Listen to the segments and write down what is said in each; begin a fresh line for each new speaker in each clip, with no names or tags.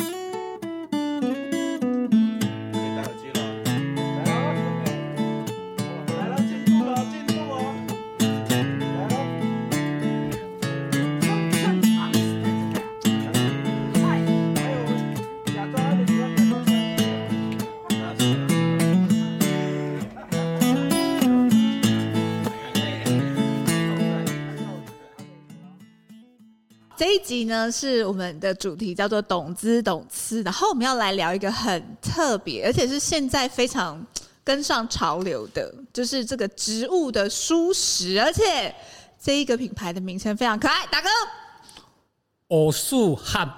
可以戴耳机了。来了，来了，进步了，进步了。来了。哎呦，假装的，假装的。
这一集呢是我们的主题叫做“懂资懂吃”，然后我们要来聊一个很特别，而且是现在非常跟上潮流的，就是这个植物的蔬食，而且这一个品牌的名称非常可爱，大哥，
偶数汉，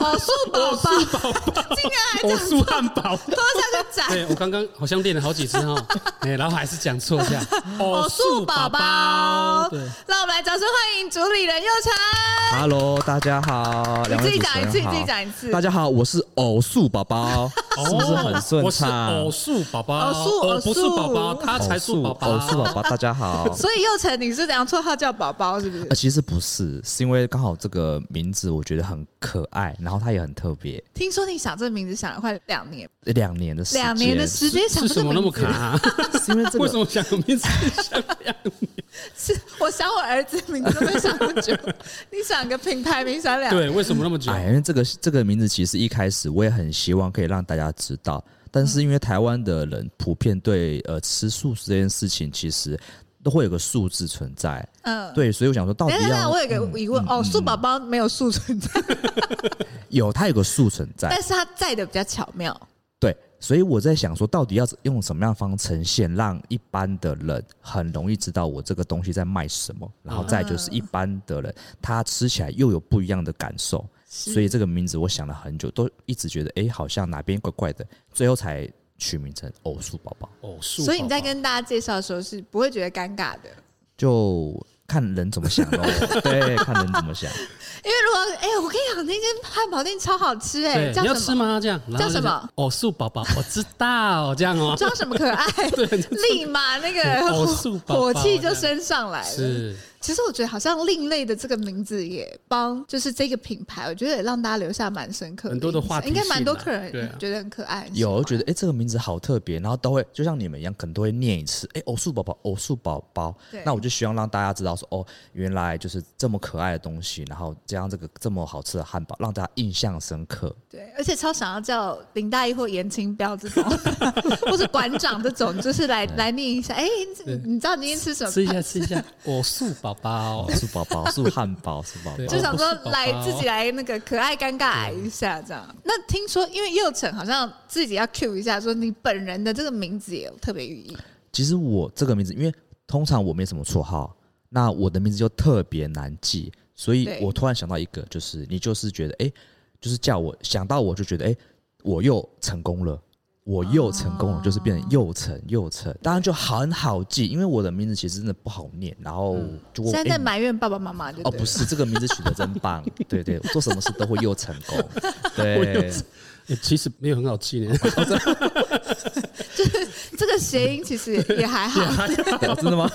偶数宝宝，
偶数宝宝，
竟然还
偶
讲
数汉堡。
拖下去
对
展，
我刚刚好像练了好几次 哈，哎，然后还是讲错一下，偶
偶数宝宝
对，，
让我们来掌声欢迎主理人佑成，
Hello，大家好，
你
两
自
位
己
主
讲
持
一次，你自
人
己
好。
讲一次，
大家好，我是偶数宝宝，是不是很顺
哦我是偶
畅？
数宝宝，
偶数
偶不是
偶数
宝宝，他才是宝宝，
偶数宝宝，大 家好。
所以佑成，你是怎样绰号叫宝宝？是不是
呃，？其实不是，是因为刚好这个名字我觉得很可爱，然后它也很特别。
听说你想这个名字想了快两年，
两年的时间，
两年的时间想
是
这个
什么那么
名字
卡，啊？
是因为这
为什
个
么想名字像两年？
是 我想我儿子名字都没想那么久， 你想个品牌名想两年，
对，为什么那么久？
哎，因为这个这个名字其实一开始我也很希望可以让大家知道，但是因为台湾的人普遍对呃吃素食这件事情，其实都会有个数字存在。
嗯，
对，所以我想说，
哦
到底
等一下。等一下，
要
我有一
嗯
个疑问哦，素宝宝没有素存 在，
有它有个数存在，
但是它在的比较巧妙。
对，所以我在想说，到底要用什么样的方呈现，让一般的人很容易知道我这个东西在卖什么，然后再就是一般的人他吃起来又有不一样的感受。所以这个名字我想了很久，都一直觉得哎、诶好像哪边怪怪的，最后才取名成偶数宝宝。
偶数宝宝，
所以你在跟大家介绍的时候是不会觉得尴尬的，
就看人怎么想喽，对，看人怎么想。
因为如果哎、我跟你讲，那间汉堡店超好吃哎、
对，
叫
你要
什
吃
么？
吗？这样然后
叫什
就
么
讲偶数宝宝，我知道，这样哦，
装什么可爱？ 立马那个
偶数哦宝宝
火气就升上来了。
是。
其实我觉得好像另类的这个名字也帮，就是这个品牌，我觉得也让大家留下蛮深刻
很多的
印象
话题
应该蛮多
性啊
客人
对啊
觉得很可爱。很喜欢
有觉得哎、诶这个名字好特别，然后都会就像你们一样，可能都会念一次，哎、偶数宝宝，偶数宝宝
对。
那我就希望让大家知道说，哦，原来就是这么可爱的东西，然后加上这个这么好吃的汉堡，让大家印象深刻。
对，而且超想要叫林大一或严清标这种， 或是馆长这种，就是来来念一下。哎、你
对
你知道你今天吃什么？
吃一下，吃 一下，偶数宝 哦宝
偶，数宝宝，是汉堡，是宝
对
哦就
宝。
想说
哦不是宝宝
来自己来那个可爱尴尬癌一下这样。那听说因为佑成好像自己要 Q 一下，说你本人的这个名字也有特别寓意。
其实我这个名字，因为通常我没什么绰号，那我的名字就特别难记，所以
对
我突然想到一个，就是你就是觉得哎、诶就是叫我想到我就觉得哎、诶我又成功了。我又成功
哦
了，就是变成又成又成，当然就很好记，因为我的名字其实真的不好念，然后就我
嗯现在在
诶
埋怨爸爸妈妈，对
哦
对
不是这个名字取得真 棒，对对，做什么事都会又成功，对，
欸其实没有很好记 呢。
这个谐音其实也也还 好。
哦真的吗？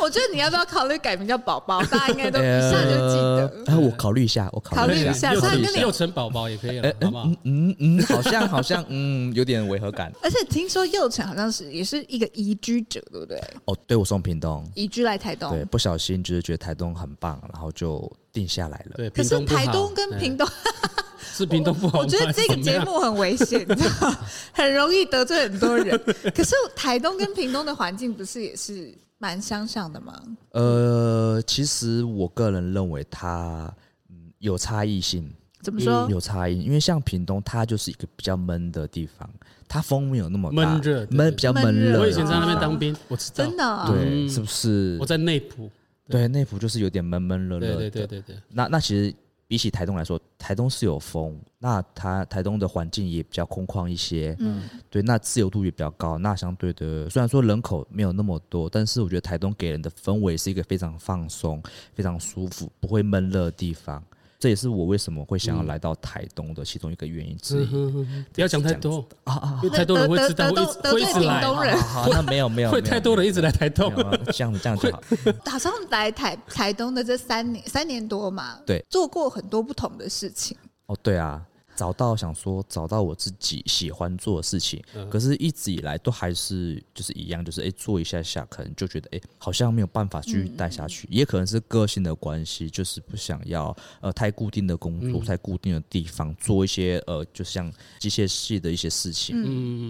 我觉得你要不要考虑改名叫宝 宝？大家应该
哎
都 一下就记得。
呃哎，我考虑一下，我考虑
考虑一
一
下虽
幼
下，
然
成
跟你
幼成宝宝也可以了，好不好？
嗯嗯，好像好像嗯，有点违和感。
而且听说佑成好像是也是一个移居者，对不对？
哦，对我送屏东，
移居来台东。
对，不小心就是觉得台东很棒，然后就定下来了。
对，
可
屏
是
东不好
台东跟屏东，
哎是屏东不好。
我觉得这个
怎么
节
样
目很危险，你知 道吗很容易得罪很多人。可是台东跟屏东的环境不是也是蛮相像的吗？
呃，其实我个人认为它嗯有差异性，
怎么
哦
说？
有差异，因为像屏东，它就是一个比较闷的地方，它风没有那么大
闷热对
闷比较闷
闷热
热。啊
我以前在那边当兵，我知道。
真的啊、
对，
嗯
是不是
我？在内埔。
对，内埔就是有点闷闷热热
对
的。
对对对对，
那那其实比起台东来说，台东是有风，那它台东的环境也比较空旷一些，嗯，对，那自由度也比较高。那相对的，虽然说人口没有那么多，但是我觉得台东给人的氛围是一个非常放松、非常舒服、不会闷热的地方。这也是我为什么会想要来到台东的其中一个原因之
嗯
一。
哼哼不要讲太多，
啊啊，
因为太多人会知道，
得得
会一直
得
会一
得
直
罪屏
来，
东人
好，那没有没有，
会
没有
太多人一直来台
没
东
有。没有这样子这样就好。
好像来台台东的这三年三年多嘛，
对，
做过很多不同的事情。
哦，对啊，找到想说找到我自己喜欢做的事情，可是一直以来都还是就是一样，就是哎、诶做一下下，可能就觉得哎、诶好像没有办法继续待下去，也可能是个性的关系，就是不想要呃太固定的工作，太固定的地方做一些呃就像机械系的一些事情，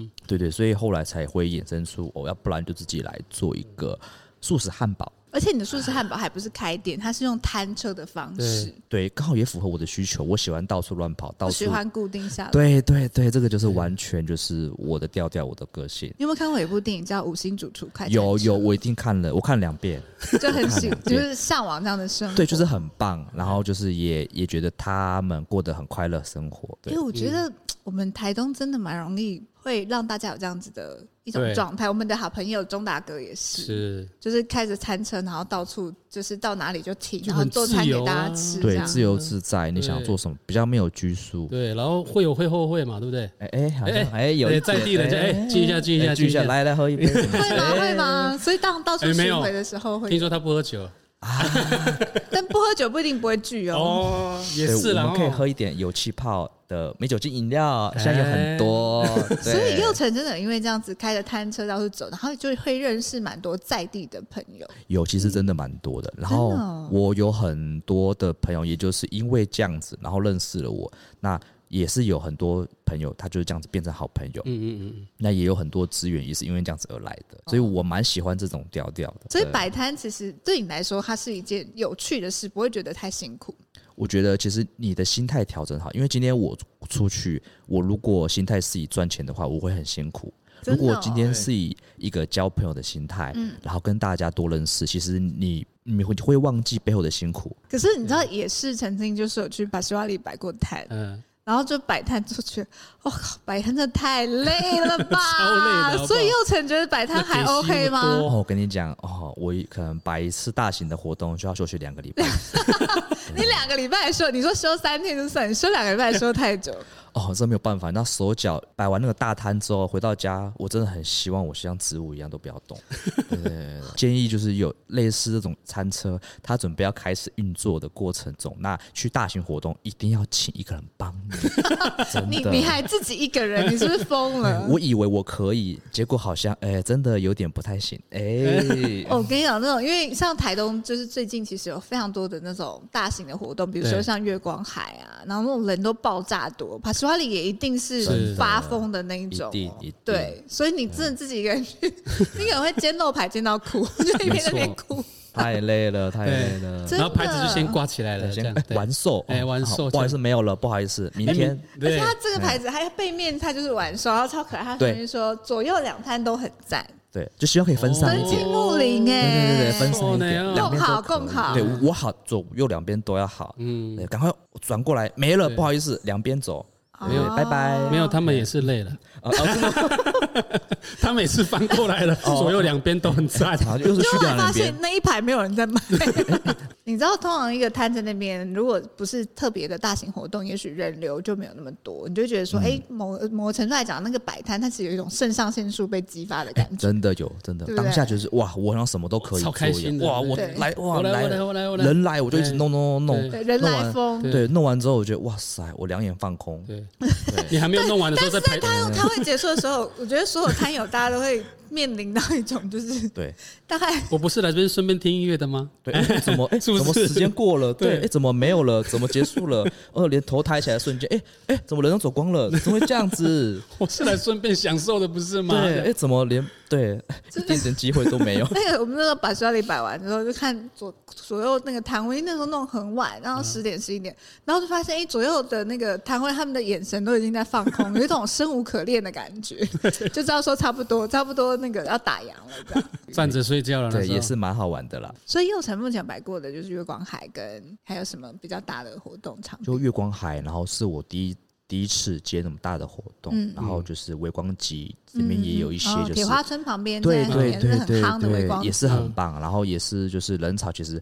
嗯，
对对，所以后来才会衍生出哦，要不然就自己来做一个素食汉堡。
而且你的素食汉堡还不是开店，它是用摊车的方式，
对，刚好也符合我的需求。我喜欢到处乱跑，到
不
处
喜欢固定下来。
对对对，这个就是完全就是我的调调，我的个性。
你有没有看过有一部电影叫《五星主厨开餐车
有有，我一定看了，我看两遍，
就 很喜
我看了，对
就是向往这样的生活。
对，就是很棒。然后就是也也觉得他们过得很快乐生活，
因
对嗯
为，我觉得我们台东真的蛮容易会让大家有这样子的一种
对
状态。我们的好朋友钟大哥也是，
是
就是开着餐车，然后到处就是到哪里就停，
就
然后
很
做
自
餐给
由
大家
啊
吃，这
对，
样
自由自在，嗯你想要
对
做什么，比较没有拘束。
对，然后会有会后会嘛，对不对？
哎哎，好像
哎
哎有
哎
一
在
点
地人就哎记一下记一下
哎记
记
一下，
一下
来来喝一杯什么的。
会吗？会吗？所以当到处
哎没
巡
有
回的时候会
听，说他不喝酒
但不喝酒不一定不会聚哦。
哦， 也
对
是
哎
啦，
我们可以
哦
喝一点有气泡的没酒精饮料，现在有很多。
哎
所以
对
佑成真的因为这样子开着摊车到处走，然后就会认识蛮多在地的朋友。
有，其实真的蛮多的。然后
嗯真的哦
我有很多的朋友，也就是因为这样子，然后认识了我。那也是有很多朋友，他就是这样子变成好朋友。
嗯嗯嗯
那也有很多资源，也是因为这样子而来的。所以我蛮喜欢这种调调的。
哦所以
对
摆摊其实对你来说，它是一件有趣的事，不会觉得太辛苦。
我觉得其实你的心态调整好，因为今天我出去，我如果心态是以赚钱的话，我会很辛苦。
真
如
的哦嗯
果今天
对
是以一个交朋友的心态，然后跟大家多认识，其实你你会会忘记背后的辛苦。
可是你知道，也是曾经就是有去巴西瓦里摆过摊，
嗯，
然后就摆摊出去，我、靠，摆摊真的太累了
超累的好
吧
不？好
所以佑成觉得摆摊还
那底薪
OK
又
吗？
多
哦，我跟你讲哦，我可能摆一次大型的活动就要休息两个礼 拜。
你两个礼拜的时候，你说休三天就算，你休两个礼拜休太久，
哦，这没有办法。那手脚摆完那个大摊之后，回到家，我真的很希望我像植物一样都不要 动。对对对对对建议就是有类似这种餐车，它准备要开始运作的过程中，那去大型活动一定要请一个人帮 你。真
你
的
你还自己一个人，你是不是疯了？
我以为我可以，结果好像哎、真的有点不太行哎。
哦我跟你讲，那种因为像台东，就是最近其实有非常多的那种大型的活动，比如说
对
像月光海啊，然后那种人都爆炸多，帕斯瓦里也一定是
是
发疯的那一种
一定
哦
一定。嗯
对，所以你真的自己一个人去， 你可能会煎肉排煎到哭，就一边在那边哭。
太累了，太累了。
真
然后牌子
的
就先挂起来了，这
先
样对
完售，
哎完售
好不好意思，没有了，不好意思，明
哎
天
明
而且
对
它这个牌子，它背面它就是玩刷，然后超可爱。它上
嗯对
面说左右两摊都很赞，
对，就希望可以分散
分
一
清
点。
木林
嗯对对对
哎，
对，分散一
哦
点，
那样
两边都可以
共好共好
对我好，左右两边都要好。
嗯，
对，赶快转过来，没了，
对
不好意思，两边走。
没有
哦
拜拜
没有，他们也是累了，
啊啊，真的吗
他们也是翻过来了，左右两边都很赞，
哦然后又是
就
去
后来
掉
发
两
现
边。
那一排没有人在买。 你知道，通常一个摊在那边，如果不是特别的大型活动，也许人流就没有那么多，你就会觉得
嗯
说，哎、某某程度来讲，那个摆摊它是有一种肾上腺素被激发的感觉。
哎真的有，真的
对，不对
当下就是哇，我好像什么都可以
超
做
开
耶
心的
哇，我
对
来哇
我来
来
我来我来我来
人来我就一直
对
弄弄弄哎弄，
对，人来疯。
对
对，弄完之后我觉得哇塞，我两眼放空，
对，你还没有弄完的时
但
候
是
再
在
排，
他用摊位结束的时候，我觉得所有摊友大家都会面临到一种，就是
对
大概？
我不是来这边顺便听音乐的吗？
对，哎怎么哎，
是不
怎么
是
时间过了？对，
对
哎，怎么没有了？怎么结束了？哦，连头抬起来的瞬间，哎哎，怎么人都走光了？怎么会这样子？
我是来顺便享受的，不是吗？
对，哎，怎么连对一点点机会都没有
那个我们那时候把学校里摆完之后，就看左左右那个摊位，那时候弄很晚，然后十
嗯
点十一点，然后就发现哎、诶左右的那个摊位，他们的眼神都已经在放空，有一种生无可恋的感 觉，就知道说差不多，差不多那个要打烊了这样。
站着睡觉了，那
对，
时
啊
候
也是蛮好玩的啦。
所以佑成目前摆过的就是月光海跟还有什么比较大的活动场地
就月光海，然后是我第一第一次接那么大的活动，
嗯
然后就是微光集里面也有一些
哦
就是、
铁花村旁边
对
在
对
也是
对
很
对
夯的微光
对，也，是很棒。然后也是就是人潮其实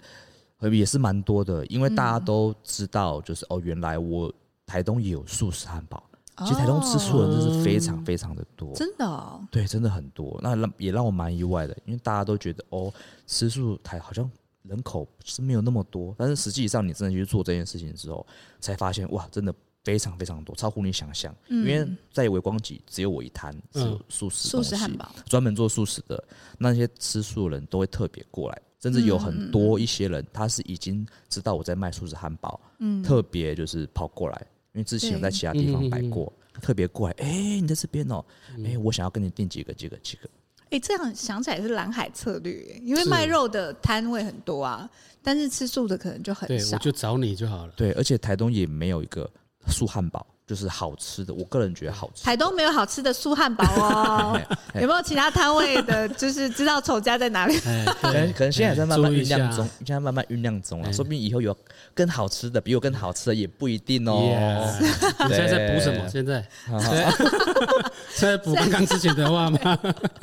呃也是蛮多的，因为大家
嗯
都知道，就是、哦，原来我台东也有素食汉堡。其实台东吃素的人真是非常非常的多，
哦真的、哦，
对，真的很多。那让也让我蛮意外的，因为大家都觉得哦，吃素台好像人口是没有那么多，但是实际上你真的去做这件事情之后，才发现哇，真的非常非常多，超乎你想象。因为在微光集只有我一摊是
嗯
素
嗯素
食
食
东西
汉堡
专门做素食的，那些吃素的人都会特别过来。甚至有很多一些人，他是已经知道我在卖素食汉堡，
嗯，
特别就是跑过来，因为之前有在其他地方摆过，特别过来，哎、你在这边哦、
嗯
哎、我想要跟你订几个几个几个，
哎、这样想起来是蓝海策略耶，因为
是
卖肉的摊位很多啊，但是吃素的可能就很
对，
少
我。就找你就好了。
对，而且台东也没有一个素汉堡，就是好吃的，我个人觉得好吃。
台东没有好吃的素汉堡 哦，有没有其他摊位的？就是知道仇家在哪里？
哎，
可能
对，哎
可能现在在慢慢
注意一
酝
下
酿中，现在慢慢酝酿中了，
哎
说不定以后有更好吃的，比我更好吃的也不一定哦、
Yeah 你现在在补什么？
对
现在 现在补刚刚之前的话吗？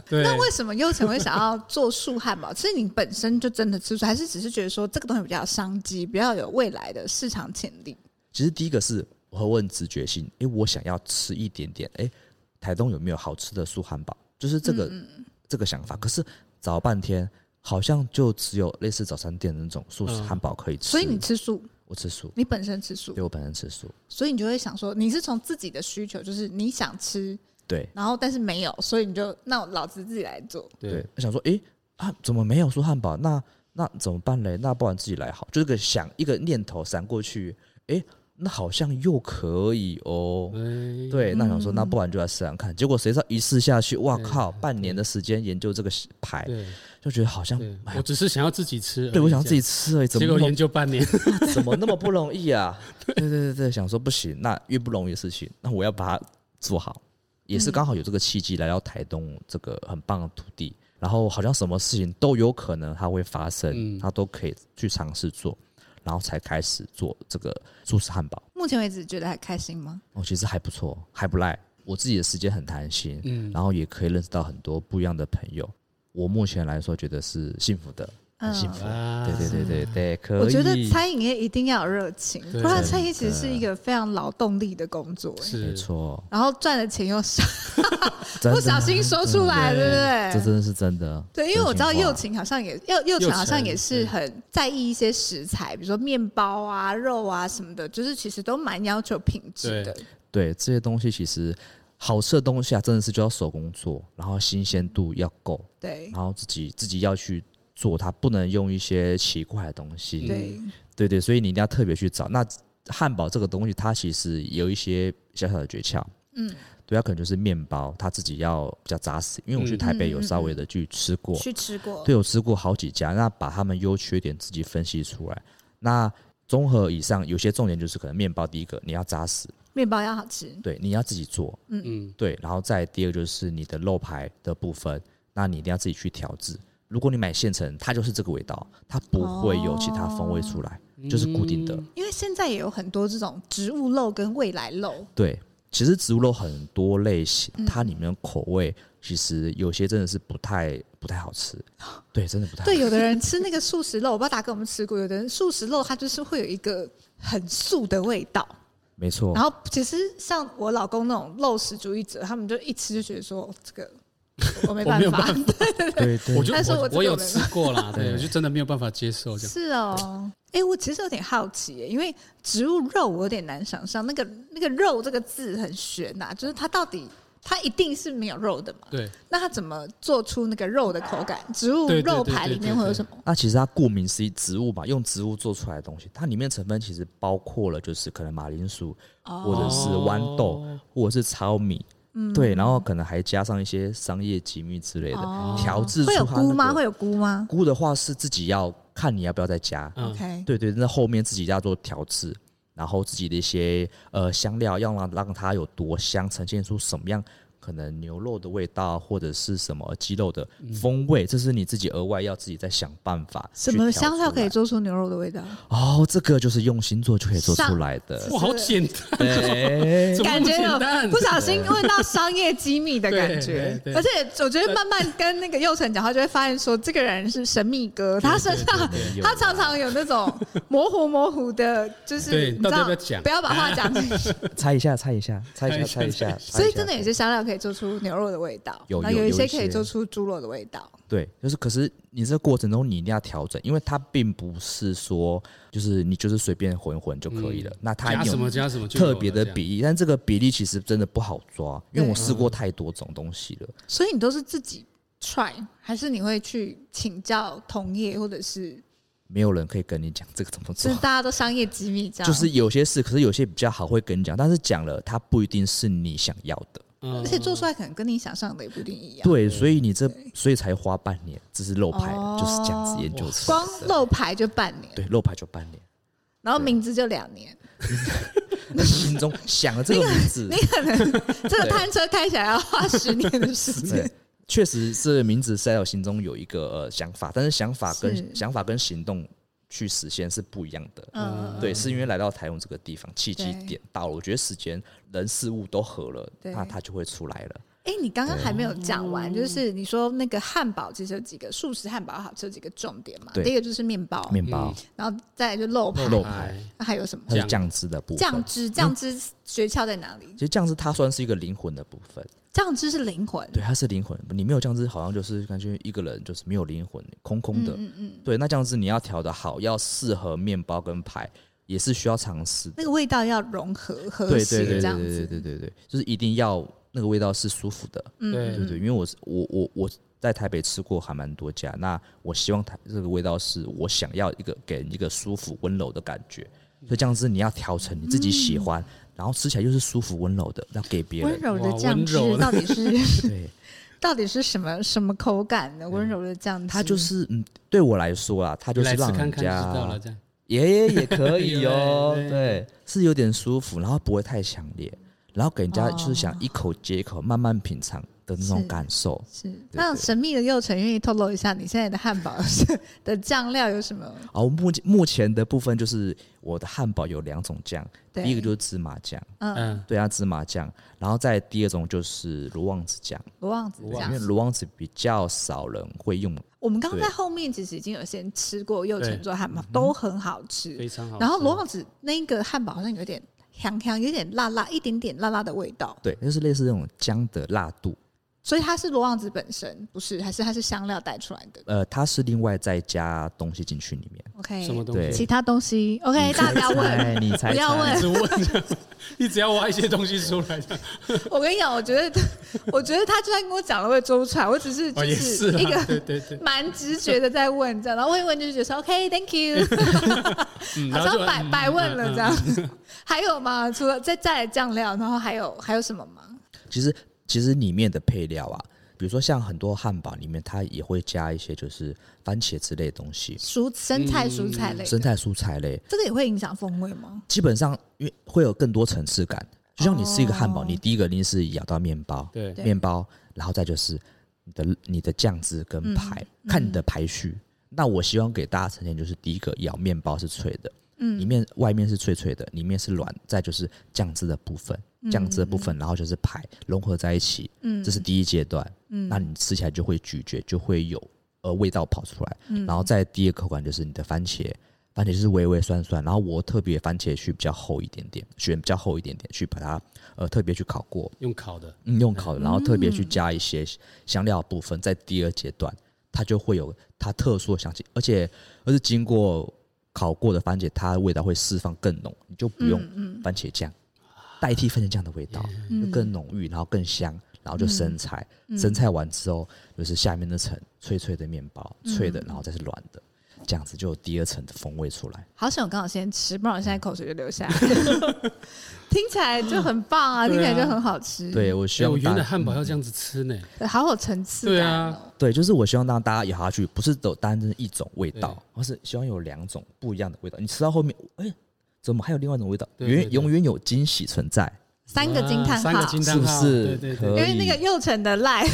对，
那为什么佑成会想要做素汉堡？是你本身就真的吃素，还是只是觉得说这个东西比较有商机，比较有未来的市场潜力？
其实第一个是我会问直觉性，诶，我想要吃一点点，诶，台东有没有好吃的素汉堡？就是这个、
嗯
这个想法。可是找了半天，好像就只有类似早餐店的那种素食汉堡可以吃。
所以你吃素，
我吃素，
你本身吃素
对，我本身吃素，
所以你就会想说，你是从自己的需求，就是你想吃，
对
然后但是没有，所以你就那我老子自己来做。
对
对，。
我想说，诶，啊，怎么没有素汉堡？那那怎么办嘞？那不然自己来好，就这个想一个念头闪过去，诶，那好像又可以哦。
哎
对，那想说那不然就来试试看，结果谁知道一试下去，哇靠，半年的时间研究这个牌，
对
就觉得好像，
对
哎，呀
我只是想要自己吃而已。
对我想要
这
自己
样，
吃而已，怎
结果
么那
研
么
究 半年，
怎么那么不容易啊？ 对对对对，想说不行，那越不容易的事情，那我要把它做好，也是刚好有这个契机来到台东这个很棒的土地，然后好像什么事情都有可能它会发生，
嗯
它都可以去尝试做，然后才开始做这个素食汉堡。
目前为止觉得还开心吗？
哦，其实还不错，还不赖。我自己的时间很弹性，
嗯
然后也可以认识到很多不一样的朋友。我目前来说觉得是幸福的，很幸福。
啊
对对对对对，可
嗯
以。
我觉得餐饮业一定要有热情，
对
不然餐饮其实是一个非常劳动力的工作、欸
没
是
错，
然后赚的钱又少，
真
不
的嗯
小心说出来，
真
对
的
这
不对？
真的是真的。
对，因为我知道
真心话
幼晴好像也幼幼
幼
晴
晴
好像也是很在意一些食材，比如说面包啊、肉啊什么的，就是其实都蛮要求品质的。
对这些东西，其实好吃的东西啊，真的是就要手工做，然后新鲜度要够，
对
然后自己自己要去做它，不能用一些奇怪的东西。
对，
对对，所以你一定要特别去找。那汉堡这个东西，它其实有一些小小的诀窍。
嗯，
对，它可能就是面包，它自己要比较扎实。因为我去
嗯
台北
嗯
有
嗯
稍微的去吃过，
去吃过。
对，有吃过好几家，那把他们优缺点自己分析出来。那综合以上，有些重点就是可能面包，第一个你要扎实，
面包要好吃，
对，你要自己做，
嗯，
对，然后再第二个就是你的肉排的部分，那你一定要自己去调制。如果你买现成，它就是这个味道，它不会有其他风味出来，就是固定的。
因为现在也有很多这种植物肉跟未来肉，
对，其实植物肉很多类型，
嗯
它里面的口味其实有些真的是不太不太好 吃，对，真的不太 好
对，
吃。
有的人吃那个素食肉，我不知道达哥有没有吃过。有的人素食肉，它就是会有一个很素的味道。
没错
然，后其实像我老公那种肉食主义者，他们就一吃就觉得说哦这个我没办
没有
法，
对对
我就
但是我
我
这个
我有
没
吃过啦，对，
对
我就真的没有办法接受这 样。
是哦。哎、我其实有点好奇耶，因为植物肉我有点难想象，那个那个“肉”这个字很悬呐、就是它到底它一定是没有肉的嘛？
对，
那它怎么做出那个肉的口感？植物
对对
肉
对
排
对
里面
对
会有
对
什么？
那其实它顾名思义，植物嘛，用植物做出来的东西，它里面成分其实包括了就是可能马铃薯，
哦
或者是豌豆，
哦
或者是糙米，
嗯
对，然后可能还加上一些商业机密之类的，调制出
哦会有
它
菇吗？
那
会
个
有菇吗
菇的话是自己要看你要不要再加，
嗯
？OK，
对对，那后面自己要做调制，然后自己的一些呃香料要让让它有多香，呈现出什么样可能牛肉的味道或者是什么鸡肉的
嗯
风味，这是你自己额外要自己再想办法
什
去调
么香料
出
可以
来？
做出牛肉的味道？
哦，这个就是用心做就可以做
上
出来的。
哇，好简单，
对，
怎么 那
感
么
觉
简
有
单？，
不小心问到商业机密的感觉
对对对
而且我觉得慢慢跟那个佑成讲话，就会发现说这个人是神秘哥，他身上
对有
他常常有那种模糊模糊的，就是
对
你知
到
道
底要不要讲
不要把话讲 清楚。
猜一下，猜一下，猜一下，
猜
猜
一
一
下
下。
所以真的
也
有
是
些香料可以做出牛肉的味道，
有
那
有
一
有
些
一
可以
些
做出猪肉的味道。
对，就是可是你这个过程中你一定要调整，因为它并不是说就是你就是随便混一混就可以了，那
嗯
它
加
一定
什么
有
加什么就有
特
了
别的
这样嗯
比例，但这个比例其实真的不好抓，因为
对
我试过太多种东西了。
所以你都是自己 try，还是你会去请教同业，或者是
没有人可以跟你讲这个怎么
就
做
是，大家都商业机密这样？
就是有些事，可是有些比较好会跟你讲，但是讲了它不一定是你想要的。
嗯
而且做出来可能跟你想象的也不一定一样。
对，所以你这所以才花半年，这是漏牌
哦
了，就是这样子研究出来
光
的。
漏牌就半年，
对漏牌就半年，
然后名字就两年，
那心中想了这个名字
你，可能这个
对
摊车开起来要花十年的时间
对。，确实是名字是在我心中有一个呃想法，但是想法
是
跟想法跟行动去实现是不一样的。
嗯，
对，是因为来到台湾这个地方，契机
对
点到了，我觉得时间、人、事物都合了，
对
那它就会出来了。
哎，你刚刚还没有讲完，就是你说那个汉堡其实有几个素食汉堡好吃有几个重点嘛？
对
第一个就是面包，
面包
嗯，
然后再来就肉排，
肉
排
排，
那还有什么？
它是
酱
酱汁的部分。
酱汁，酱汁诀窍在哪里
其？实酱汁它算是一个灵魂的部分，
酱汁是灵魂，
对，它是灵魂。你没有酱汁，好像就是感觉一个人就是没有灵魂，空空的。
嗯嗯，
对，那酱汁你要调的好，要适合面包跟排，也是需要尝试的。
那个味道要融合和
对
谐
对对
这
对
样
对对
子，
对对对，就是一定要那个味道是舒服的，
嗯
对
对对，因为我是我我我在台北吃过还蛮多家，那我希望它这个味道是我想要一个给人一个舒服温柔的感觉，所以这样子你要调成你自己喜
嗯
欢，然后吃起来又是舒服温柔的，要给别
温
人。
柔的
哇
酱
温
汁
柔的
到底是
对，
到底是什么什么口感的温柔的酱汁？
嗯它就是嗯，对我来说啊，它就是
来吃
让
看
人
看就知道了，
家
这样
也也 可以
有
哦，
嘞
对，是有点舒服，然后不会太强烈，然后给人家就是想一口接一口慢慢品尝的
哦
那
是
种感受。
是，
对
那神秘的幼成愿意透露一下你现在的汉堡是 的酱料有什么？
好，我目前目前的部分就是我的汉堡有两种酱，
对
第一个就是芝麻酱，
嗯，
嗯，
对啊，芝麻酱，然后再第二种就是罗旺子酱，
罗旺子
罗
因
酱
为。罗旺子比较少人会用，
我们刚刚
对
在后面其实已经有先吃过幼成
对
做汉堡，都很好吃。
非常好吃。
然后罗旺子那个汉堡好像有点香香，有点辣辣，一点点辣辣的味道，
对，就是类似那种姜的辣度，
所以它是罗旺子本身不是，还是它是香料带出来的
呃，它是另外再加东西进去里面。
什么
？OK，
东
对
其
西？
他东西 OK，
你
大家不要问。
猜，你猜，
不要
猜
问
一直问，一直要挖一些东西出来。
我跟你讲，我觉得，我觉得他就算跟我讲了，我也做不出来。我只 是就
哦，也是啦
一个
对对对，
蛮直觉的在问这样，然后问一问就觉得说 OK，Thank you，
嗯
好
然后
像
就
白白问了这。样
嗯嗯嗯。
还有吗？除了再再来酱料，然后还有还有什么吗？
其实其实里面的配料啊，比如说像很多汉堡里面，它也会加一些就是番茄之类的东西，
蔬生菜、
嗯
蔬菜类的，
生菜蔬菜类，
这个也会影响风味吗？
基本上因为会有更多层次感。就像你吃一个汉堡，
哦
你第一个一定是咬到面包，
对，
对
面包，然后再就是你的你的酱汁跟排，
嗯
看你的排序。那我希望给大家呈现就是第一个咬面包是脆的，
嗯
里面外面是脆脆的，里面是软，再就是酱汁的部分，酱汁的部分，然后就是排融合在一起，
嗯
这是第一阶段。
嗯
那你吃起来就会咀嚼，就会有呃味道跑出来。
嗯
然后再第一个口感就是你的番茄，番茄是微微酸酸，然后我特别番茄去比较厚一点点，选比较厚一点点去把它呃特别去烤过，
用烤的，
嗯，用烤的，然后特别去
嗯
加一些香料部分，在第二阶段它就会有它特殊的香气，而且而是经过烤过的番茄，它的味道会释放更浓，你就不用
嗯
番茄酱，代替番茄酱的味道，
嗯
就更浓郁，然后更香，然后就生菜，生菜完之后就是下面那层脆脆的面包，脆
嗯
的，然后再是软的，这样子就有第二层的风味出来。
好想我刚好先吃，不然我现在口水就流 下来了。听起来就很棒啊，
对
听
啊
起来就很好吃，
对，我希
哎
望
我原
大
来汉堡要这样子吃呢。
对，好有层次
对
感
啊
哦。
对，就是我希望让大家咬下去，不是只有单单一种味道，而是希望有两种不一样的味道。你吃到后面，哎、怎么还有另外一种味道？
对
永
对
远
对
永远有惊喜存在。
三个惊叹
三个
号，
惊
是
叹
不
号，
是
对对
可
对
因为那个幼辰的赖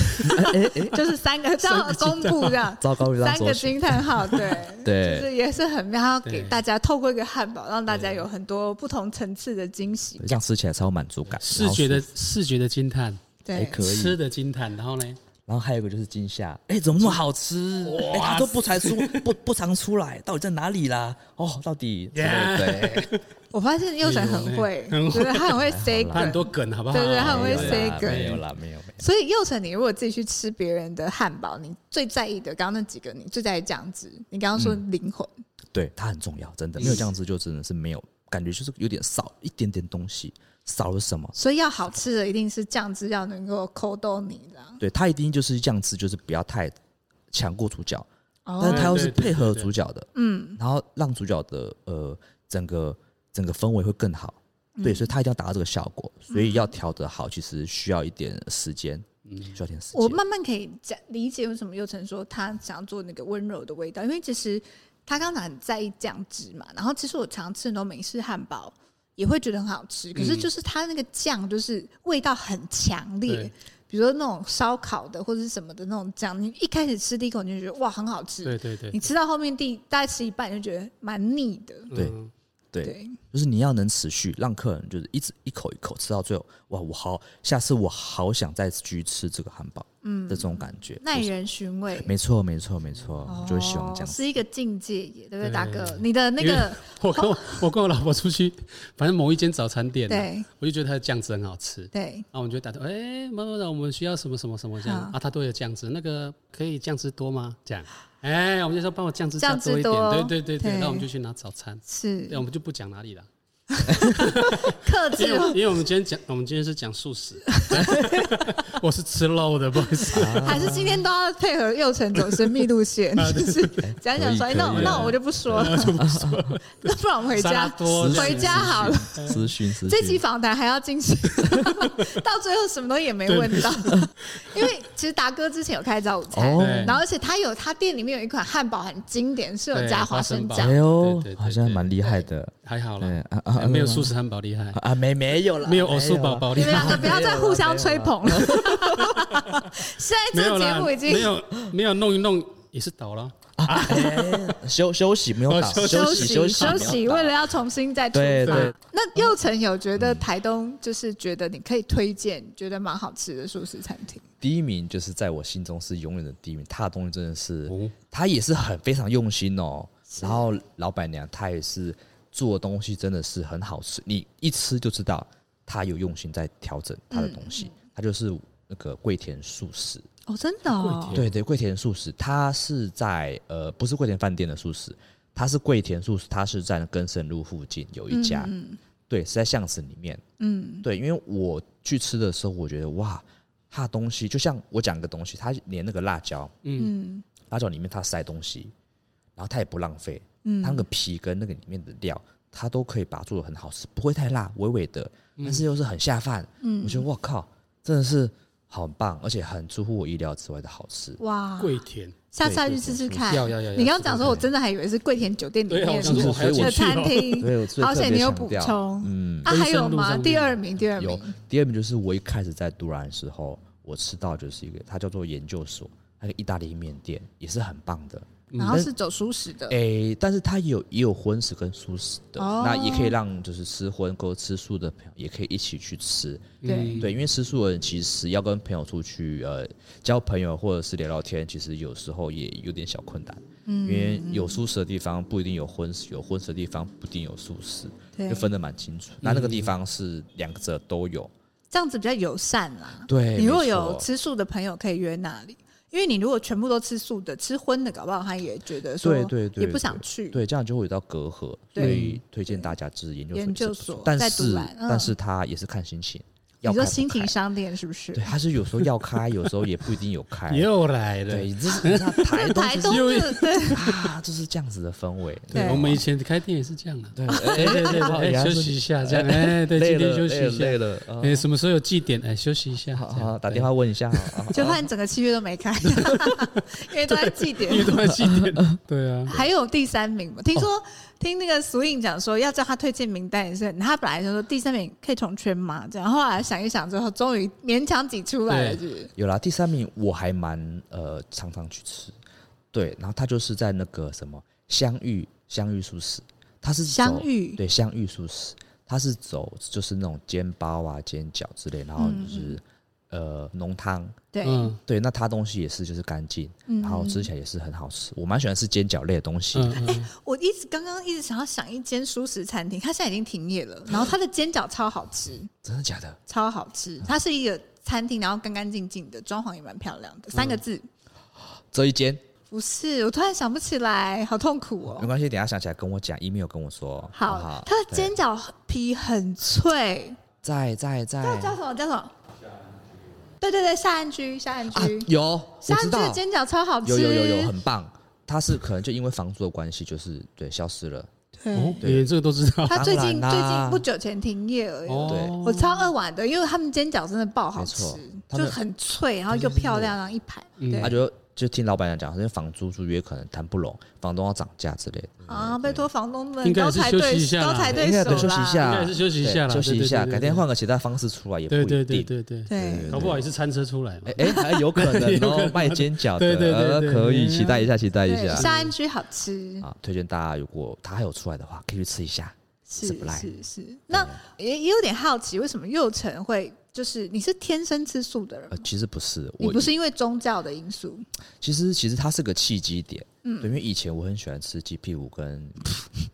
哎哎，
就是三个，这样公布这 样。
糟糕，遇到
三
左
个
旋
惊叹号，对，
对
就是也是很妙，然后给
对
大家透过一个汉堡，让大家
对
有很多不同层次的惊喜，
这样吃起来超有满足感，
视觉
然
的
后
视觉的惊叹，
哎
对，
可以
吃的惊叹，然后呢，
然后还有一个就是惊吓，哎、怎么那么好吃？哎、它都不常出，不不常出来，到底在哪里啦？哦，到底之类的
Yeah
对，
我发现幼辰很会，
很
就是他很会 say
它很
梗，
多梗，好不好？
对对它很会
没有啦
say 梗
没有啦，没有没有。
所以幼辰，你如果自己去吃别人的汉堡，你最在意的，刚刚那几个，你最在意酱汁，你刚刚说灵魂，
对，它很重要，真的，
嗯
没有酱汁就真的是没有，感觉就是有点少一点点东西，少了什么？
所以要好吃的一定是酱汁要能够抠到你的，
对，它一定就是酱汁，就是不要太强过主角，但是它
哦，
又是
对对对
配合
对对
主角的，
嗯，
然后让主角的呃整个整个氛围会更好。
嗯
对，所以他一定要达到这个效果，所以要调得好，其实需要一点时间，
嗯
需要一点时间。
我慢慢可以讲理解为什么幼辰说他想要做那个温柔的味道，因为其实他刚才很在意酱汁嘛，然后其实我常吃很多美式汉堡。也会觉得很好
嗯
吃，可是就是它那个酱就是味道很强烈
对，
比如说那种烧烤的或者是什么的那种酱，你一开始吃第一口你就觉得哇很好吃，
对对对
你吃到后面第大概吃一半你就觉得蛮腻的，
对
嗯
对，
对，
就是你要能持续让客人就是一直一口一口吃到最后，哇，我好，下次我好想再去吃这个汉堡，嗯，的这种感觉，
耐
就是
人寻味。哦
没错，没错，没错，我就会喜欢这样子。
是一个境界耶，对不对，
对
大哥？你的那
因为
个
我跟我我跟我老婆出去，反正某一间早餐店啊、
对
我就觉得它的酱汁很好吃。
对，
然后我们就打电话，哎、妈妈，我们需要什么什么什么这样
好
啊？他都有酱汁，那个可以酱汁多吗？这样，哎、我们就说帮我酱汁加
酱汁
多一点，
多
对对
对
对对。然后我们就去拿早餐，
是
对，我们就不讲哪里了，
克
因
制
为哎因为我们今天讲，我们今天是讲素食， 啊我是吃肉的，不好意思。
还是今天都要配合幼辰走神秘路线，就是讲讲说，
可
哎
以
那
可
我
以
那
啊
我就不说了，那不然我回
沙拉
家
多这样
回家好了。
咨询咨询，
这期访谈还要进行， 到最后什么东西也没问到， 因为其实达哥之前有开早午餐，
哦
对
然后而且他有他店里面有一款汉堡很经典，是有
对
加
花
花
生
生
堡
酱
哎。呦
对对对，对
好像蛮厉害的，
还好
对
啦，哎
啊啊啊
没有素食汉堡厉害，
啊，没没有了，
没有哦偶素宝
啦，
宝厉
你们
害
两。个不要再互相吹捧了。 现在这个
没有
节
啦，
目已经
没有没有弄一弄也是倒了，
哎休休息没有
哦
打，
休
休息
息
休
休息，为了要重新再出
对
发
对。
那佑成有觉得台东就是觉得你可以推荐，觉得蛮好吃的素食餐厅，
第一名就是在我心中是永远的第一名，他的东西真的是
哦，
他也是很非常用心哦。然后老板娘她也是做的东西真的是很好吃，你一吃就知道她有用心在调整她的东西。她就是那个桂田素食，
哦，真的
哦桂
对对，桂田素食，它是在呃不是桂田饭店的素食，它是桂田素食，它是在根深路附近有一家，对，是在巷子里面。
嗯，
对，因为我去吃的时候，我觉得哇，它的东西就像我讲个东西，它连那个辣椒，
嗯
辣椒里面它塞东西，然后它也不浪费，
嗯
它那个皮跟那个里面的料，它都可以把它做的很好吃，不会太辣，微微的，但是又是很下饭。
嗯
我觉得我靠，真的是好棒，而且很出乎我意料之外的好吃。
哇，
跪舔，
下次要去试试看。
要要要要
你刚刚讲说，我真的还以为是桂田酒店里
对啊，我
面
想说我还要
的
进去
餐
哦，
厅。
对，我所以
好
特
险
别
你有
强
补
调
充
嗯，
啊，还有吗？
嗯
第二名，第二
有嗯
名，
第二名就是我一开始在杜兰的时候，我吃到就是一个，它叫做研究所，那个意大利面店也是很棒的。
然后是走舒适的，
诶、但是它也有也有荤食跟素食的，
哦
那也可以让就是吃荤跟吃素的朋友也可以一起去吃。
对，
对，因为吃素的人其实要跟朋友出去呃交朋友或者是聊聊天，其实有时候也有点小困难。嗯，因为有素食的地方不一定有荤食，有荤食的地方不一定有素食，
对
就分得蛮清楚。那那个
嗯
地方是两者都有。
这样子比较友善啦。
对
你如果
哎没错
有吃素的朋友，可以约那里，因为你如果全部都吃素的，吃荤的，搞不好他也觉得说，
对对对，
也不想
对
去。
对，这样就会有到隔阂，所
对
以推荐大家就是研究
研究
所也是不
所
错，但
在
是
独揽嗯
但是它也是看心情，要
你说
开不
新
开
情商店是不是？
对，它是有时候要开，有时候也不一定有开，
又来了。
哎对，这是你知道台东
台
就
东
又
就是 对，
是啊，就是这样子的氛围，
对
我们以前开店也是这样的、啊。
对，
哎，对对
好
对，
意思
哎，休息一下，这样，哎，对，
累
今
了
天休息一
累
下，
了，啊
哎，什么时候有祭典？哎，休息一下，
好
这样
好打电，话问一下啊，
就换整个七月都没开， 因为都在祭
对因为
典。
都在祭典，对啊，
哦
还有第三名嘛？听说、听那个 Swing 讲说要叫他推荐名单也是很，他本来就说第三名可以重圈嘛，这样后来想一想之后，终于勉强挤出来了，是
对
不是？
有啦，第三名我还蛮呃常常去吃，对，然后它就是在那个什么香芋香芋素食，它是走
香芋
对香芋素食，它是走就是那种煎包啊、煎饺之类，然后
嗯
就是、呃浓汤，
对，
嗯
对，那它东西也是就是干净，
嗯
然后吃起来也是很好吃，我蛮喜欢吃煎饺类的东西的，
嗯嗯，
我一直刚刚一直想要想一间素食餐厅，它现在已经停业了，然后它的煎饺超好吃，
真的假的？
超好吃，它是一个餐厅，然后干干净净的，装潢也蛮漂
嗯
亮的，三个字。
这一间
不是，我突然想不起来，好痛苦
没
哦。
关系，等一下想起来跟我讲，email 跟我说，嗯好不
好
好，？
它的
对
煎饺皮很脆，
在在在
叫叫什么叫什么？对对对，夏安居，夏安居，
啊，有我
夏安
知
居的
道。
煎饺超好吃，
有有有有，很棒。它是可能就因为房租的关系，就是对消失了。
哦
对，，
对
连这个都知道，
他最近、
哦当然
最
啦
近不久前停业而已。
哦，
我超饿碗的，因为他们煎饺真的爆好吃
没错，他
就
们
很脆，然后又漂亮，然后一排。
嗯
对
他就就听老板娘讲，好像房租租约可能谈不拢，房东要涨价之类的。
啊，拜托房东们
应该
高
是
抬
休息
对
一下啦
高抬对
应该
手
得休息一
啦
应
下，
该是休息一下啦
对休息一
对
下，
对对对
改天换个其他方式出来也不
对
一
对
定。
对对对，
对，
搞不好也是餐车出来嘛
哎，哎，还有可 能
有可
哦
能，
卖煎饺的，
对对对
呃
对
可以
对
期待一下，期待一
对，
下
沙安居好吃，
啊！推荐大家，如果它还有出来的话，可以去吃一下。
是
怎么来
是是。那也也有点好奇，为什么幼晨会就是你是天生吃素的人
呃
吗？，
其实不是，
你
我
不是因为宗教的因素？
其实其实它是个契机点，嗯，对，因为以前我很喜欢吃鸡屁股跟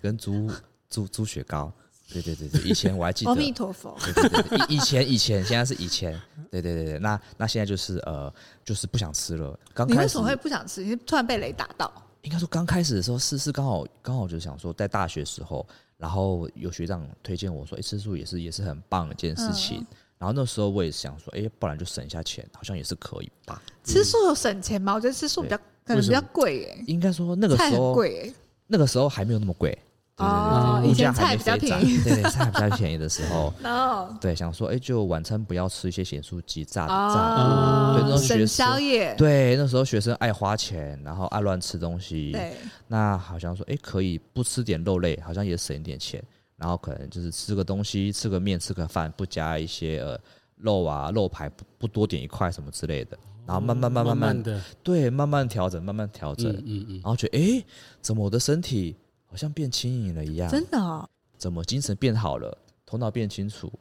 跟猪猪猪血糕，对对对对，以前我还记得
阿，弥陀佛，
对对对，以以前以前现在是以前，对对对对，那那现在就是呃就是不想吃了，刚
你
开
为
始嗯
什么会不想吃？你是突然被雷打到？
应该说刚开始的时候是是刚好刚好就想说在大学时候，然后有学长推荐我说，哎、吃素也是也是很棒的一件事
嗯
情，然后那时候我也想说，哎、不然就省一下钱，好像也是可以吧，
吃素有省钱吗？我觉得吃素比较可能
为什
比
么
较贵耶、
应该说那个
菜
时
很
候。
贵耶、
那个时候还没有那么贵，对对对
哦
对
以
物
前
价还没
菜
飞
比较
涨，
便宜哦
对对，菜比较便宜的 时候，
然后
对，想说，哎、就晚餐不要吃一些咸酥鸡、炸的炸的，
哦，
对那种学
省
生
宵夜，
对，那时候学生爱花钱，然后爱乱吃东西，
对
那好像说，哎、可以不吃点肉类，好像也省一点钱，然后可能就是吃个东西，吃个面，吃个饭，不加一些呃肉啊、肉排，不不多点一块什么之类的，然后慢慢慢慢
慢
慢，
慢的，
对，慢慢调整，慢慢调整，
嗯嗯嗯
然后觉得，哎、怎么我的身体好像变轻盈了一样？
真的哦，
怎么精神变好了，头脑变清楚，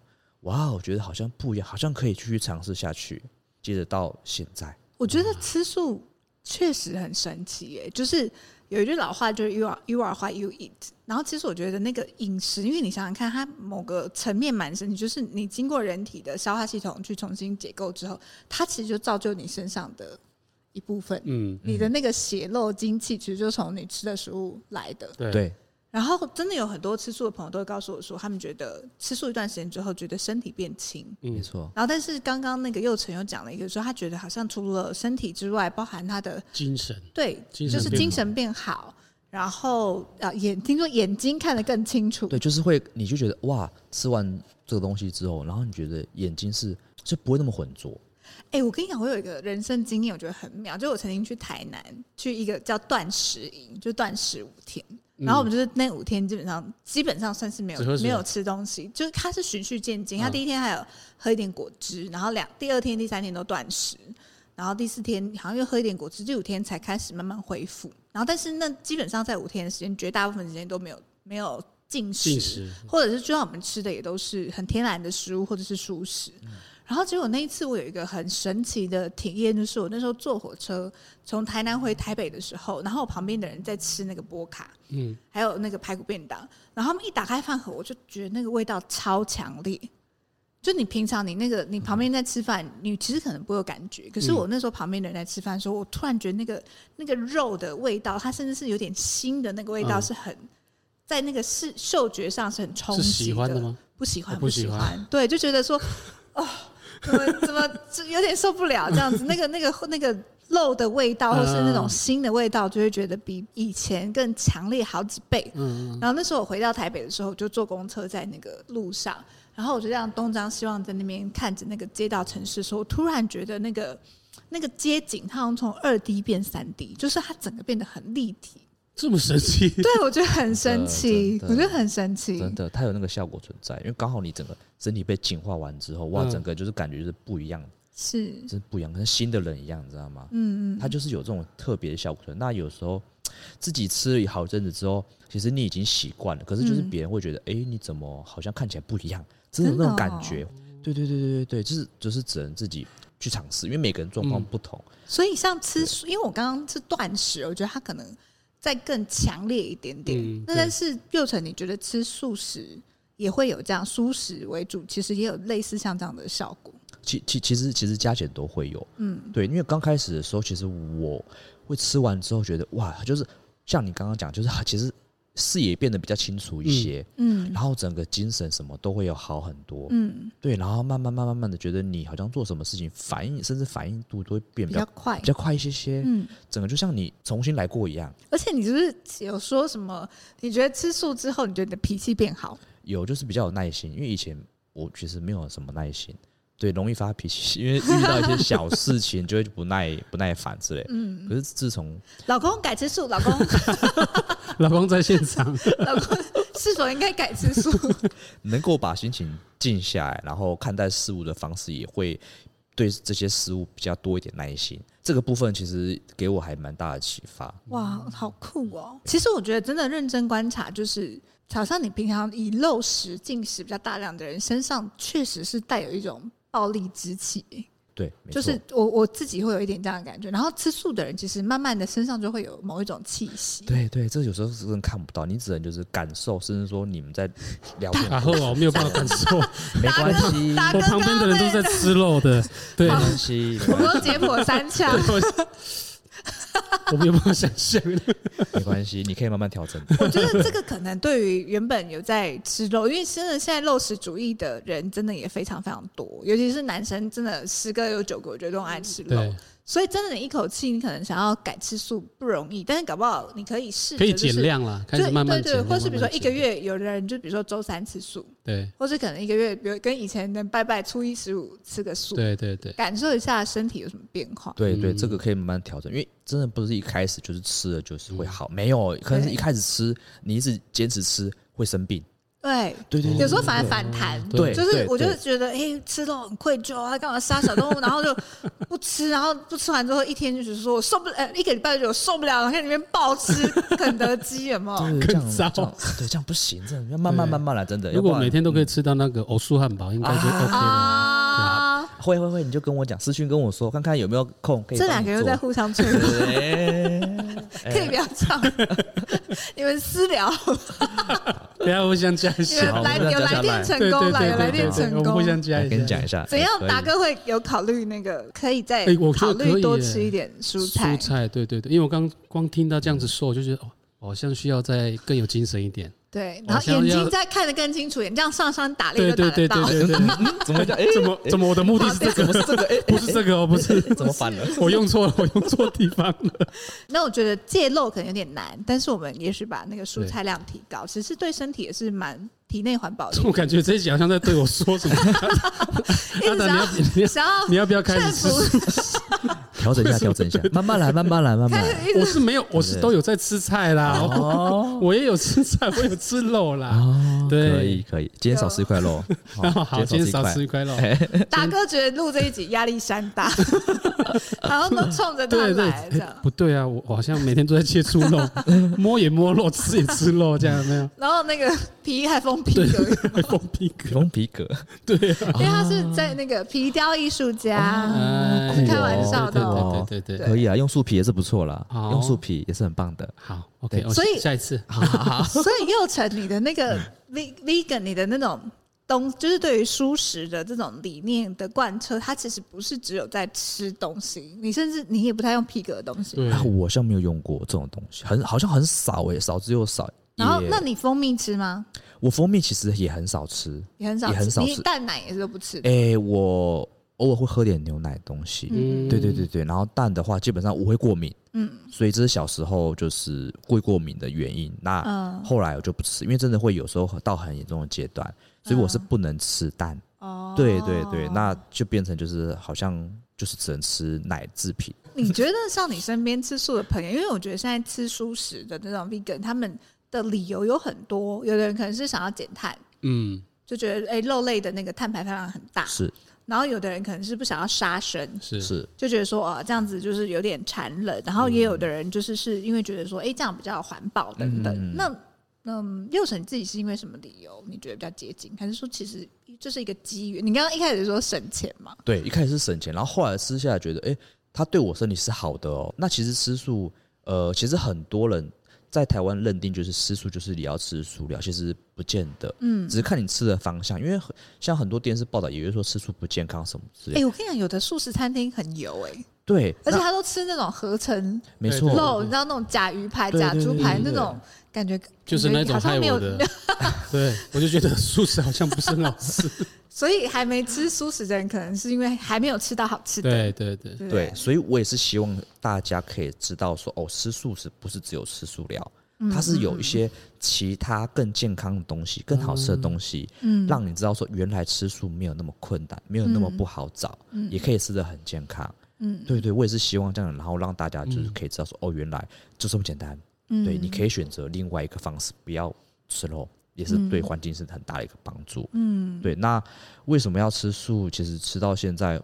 哇，哦我觉得好像不一样，好像可以继续尝试下去。接着到现在，
我觉得吃素确实很神奇耶、就是。有一句老话就是 “you are you are what you eat”，然后其实我觉得那个饮食，因为你想想看，它某个层面蛮神奇，就是你经过人体的消化系统去重新解构之后，它其实就造就你身上的一部分，
嗯，
你的那个血肉精气其实就从你吃的食物来的。
对，
对，
然后真的有很多吃素的朋友都会告诉我说，他们觉得吃素一段时间之后，觉得身体变轻。
嗯
没错，
然后，但是刚刚那个佑成又讲了一个说，他觉得好像除了身体之外，包含他的
精神，
对，
精
就
神
是
变
精
好
神变好，然后啊眼听说眼睛看得更清楚，
对，就是会，你就觉得哇，吃完这个东西之后，然后你觉得眼睛是就不会那么浑浊，
哎、我跟你讲，我有一个人生经验，我觉得很妙。就我曾经去台南去一个叫断食营，就断食五天，然后我们就是那五天基本上基本上算是没有
嗯只喝水
没有吃东西，就是它是循序渐进。它
嗯
第一天还有喝一点果汁，然后两第二天、第三天都断食，然后第四天好像又喝一点果汁，第五天才开始慢慢恢复。然后但是那基本上在五天的时间，绝大部分时间都没有没有进食，
进食
或者是就像我们吃的也都是很天然的食物或者是蔬食。然后结果那一次我有一个很神奇的体验，就是我那时候坐火车从台南回台北的时候，然后我旁边的人在吃那个波卡，
嗯，
还有那个排骨便当，然后他们一打开饭盒，我就觉得那个味道超强烈。就你平常你那个你旁边在吃饭，你其实可能不会有感觉，可是我那时候旁边的人在吃饭的时候，我突然觉得那个那个肉的味道，它甚至是有点腥的那个味道
嗯
是很。在那个视嗅觉上是很冲击
是喜欢的吗？
不喜欢，
哦
不
不
喜
喜欢
欢，对，就觉得说，哦，怎么怎么就有点受不了这样子，那个那个那个肉的味道，或是那种
嗯
腥的味道，就会觉得比以前更强烈好几倍。
嗯
然后那时候我回到台北的时候，我就坐公车在那个路上，然后我就这样东张西望，在那边看着那个街道城市的时候，我突然觉得那个那个街景它好像从二 D 变三 D，就是它整个变得很立体。
这么神奇，
对，我觉得很神奇，
真的
我觉得很神
嗯
奇。
真的，它有那个效果存在，因为刚好你整个身体被净化完之后，哇，
嗯
整个就是感觉就是不一样，
是，
真不一样，跟新的人一样，你知道吗？
嗯嗯，
它就是有这种特别的效果存在。那有时候自己吃了好一阵子之后，其实你已经习惯了，可是就是
嗯
别人会觉得，哎、你怎么好像看起来不一样，真的有
真
那种
的
感
哦
觉。对对对对对对，就是就是只能自己去尝试，因为每个人状况
嗯
不同。
所以像吃素，因为我刚刚是断食，我觉得它可能再更强烈一点点。
嗯
那
对
但是佑成，你觉得吃素食也会有这样素食为主，其实也有类似像这样的效果。
其其其实其实加减都会有，
嗯，
对，因为刚开始的时候，其实我会吃完之后觉得哇，就是像你刚刚讲，就是其实视野变得比较清楚一些，
嗯
然后整个精神什么都会有好很多，
嗯，
对，然后慢慢慢慢慢的觉得你好像做什么事情反应，甚至反应度都会变
比
比
较
较
快
比。较快一些些，
嗯，
整个就像你重新来过一样。
而且你是不是有说什么？你觉得吃素之后，你觉得你的脾气变好？
有就是比较有耐心，因为以前我其实没有什么耐心，对，容易发脾气，因为遇到一些小事情就会不耐不耐烦之类。
嗯，
可是自从
老公改吃素，老公
老公在现场，
老公是否应该改吃素？
能够把心情静下来，然后看待事物的方式也会对这些事物比较多一点耐心。这个部分其实给我还蛮大的启发。
哇，好酷哦！其实我觉得真的认真观察，就是好像你平常以肉食进食比较大量的人身上，确实是带有一种暴力之气，
对，没
就
错，
是我我自己会有一点这样的感觉。然后吃素的人，其实慢慢的身上就会有某一种气 息。
对对，这有时候是真的看不到，你只能就是感受，甚至说你们在聊天
然后我没有办法感受，
没关系，
大
我旁边的人都是在吃肉的，对，
没关系，没
我
关
们
系
都解剖三枪，
我我 没有办法想象，
没关系，你可以慢慢调整。
我觉得这个可能对于原本有在吃肉，因为真的现在肉食主义的人真的也非常非常多，尤其是男生，真的十个有九个我觉得都很爱吃肉
对。，
所以真的，你一口气你可能想要改吃素不容易，但是搞不好你可以试、
可
着
以
就是
减量啦，开
对
始慢慢
对
减
对，
量，
或是比如说一个
慢慢减，
月，有的人就比如说周三吃素，
对
或是可能一个月，比如跟以前的拜拜初一十五吃个素，
对对对，
感受一下身体有什么变化。
对对，
嗯
这个可以慢慢调整，因为真的不是一开始就是吃了就是
嗯
会好，没有，可能是一开始吃，你一直坚持吃会生病。
对，
对
对嗯
有时候反而反弹，
对
就是
对
我就
对
觉得，哎、吃肉很愧疚啊，干嘛杀小动物，然后就不吃，然后不吃完之后一天就是说我受不了，呃一个礼拜就觉得我受不了，然后在里面暴吃肯德基，有 没有？
对，这
更
样这
糟
样，对，这样不行，这样要慢慢
对
慢慢来，真的。
如果
要不然
每天都可以吃到那个偶素汉堡，应该就 OK 了。
啊，
会会会，你就跟我讲，私讯跟我说，看看有没有空可以
这
帮
两
你做。
个又在互相吹捧。
对，
可以不要这 样，你们私聊，
等一下互相加一
你
下
们
好，
来
我们
有
大家
来电
来
成
对对
功
对
啦，有来
对
电
对
成
对，我
功。
们互相加
哎
一下。
跟你讲一下，
怎样
可以
达哥会有考虑那个，可以再
哎我觉
考
得可
虑
以
多
耶
吃一点蔬
蔬
菜。
菜，对对对，因为我刚光听到这样子说，我就觉得哦，好像需要再更有精神一点。
对，
我
然后
想
眼
要
睛再看得更清楚，眼这样上山打猎
对
就
对
打得
对
到
对。 对对，
怎么会讲？哎，
怎么怎么我的目的是这
怎
个？
么是这个？哎，
不是这个哦，不是，
怎么反了？
我用错了，我用错地方了。
那我觉得戒肉可能有点难，但是我们也许把那个蔬菜量提高，其实对身体也是蛮体内环保的。
我感觉这一集好像在对我说什么。
一
阿
直
达，你要
想要哎
你要
想要
你要不要开
劝
始吃
服？
调整一下，调整一 下，慢慢来，慢慢来，慢慢
开
来。
始一
我
直
是没有，我是都有在吃菜啦，
哦，
我也有吃菜，我有吃肉啦。
哦，
对
可以可以，今天少吃一块肉，
好，今天少吃一块肉。
达哥觉得录这一集压力山 大， 然后都冲着他
对对，
来这
哎
样。
不对啊，我我好像每天都在接触肉， 摸也摸肉，吃也吃肉，这样有没有？
然后那 个皮还封皮
对
革，，
还放屁
皮
哥，
风皮革，
对啊，
因为他是在那个皮雕艺术家，
哎
酷哦
啊开玩笑的哦
对对对对对，
可以啊，用树皮也是不错啦，
好
用树皮也是很棒的。
好，OK，
对
我
所以
下 一次
所以佑成你的那个 ve- vegan 你的那种东，就是对于蔬食的这种理念的贯彻，它其实不是只有在吃东西，你甚至你也不太用皮革的东西。
对
啊，我好像没有用过这种东西，很好像很少诶，少之又少。
然后，
也
那你蜂蜜吃吗？
我蜂蜜其实也很少吃，
也很少
也很
吃，
少
你
吃
蛋奶也是都不吃的。
诶，我偶尔会喝点牛奶的东西，
嗯
对对对对。然后蛋的话，基本上我会过敏，
嗯
所以这是小时候就是会过敏的原因。那
嗯
后来我就不吃，因为真的会有时候到很严重的阶段，所以我是
嗯
不能吃蛋。
哦
对对对，那就变成就是好像就是只能吃奶制品。
你觉得像你身边吃素的朋友，因为我觉得现在吃素食的那种 vegan，他们的理由有很多，有的人可能是想要减碳，
嗯，
就觉得哎、诶肉类的那个碳排放量很大，
是
然后有的人可能是不想要杀生，
是
是
就觉得说啊、呃这样子就是有点残忍，然后也有的人就是是因为觉得说哎、诶这样比较环保等等。
嗯
那嗯，佑成你自己是因为什么理由你觉得比较接近，还是说其实这是一个机缘？你刚刚一开始说省钱嘛，
对，一开始是省钱，然后后来私下来觉得，哎、它对我身体是好的哦。那其实吃素，呃，其实很多人在台湾认定就是吃素就是你要吃素料，其实不见得，嗯，只是看你吃的方向。因为很像很多电视报道也会说吃素不健康什么之
哎、
类的，
我跟你讲，有的素食餐厅很油哎、
对，
而且
那
他都吃那种合成
没
对
错，
肉，你知道那种假鱼排、
对对
假
对
猪
对
排
对
那
对
种感觉，
就是
感觉
那种
好像
害
没有
我的， 对我就觉得素食好像不是很好吃，
所以还没吃素食的人，可能是因为还没有吃到好吃的，
对对对，
对不
对，所以我也是希望大家可以知道说，哦，吃素食不是只有吃素料。
嗯
它是有一些其他更健康的东西、更好吃的东西，
嗯，
让你知道说原来吃素没有那么困难，没有那么不好找，也可以吃的很健康。
嗯
对对，我也是希望这样，然后让大家就是可以知道说，哦，原来就这么简单。
嗯
对，你可以选择另外一个方式，不要吃肉，也是对环境是很大的一个帮助。
嗯
对，那为什么要吃素？其实吃到现在，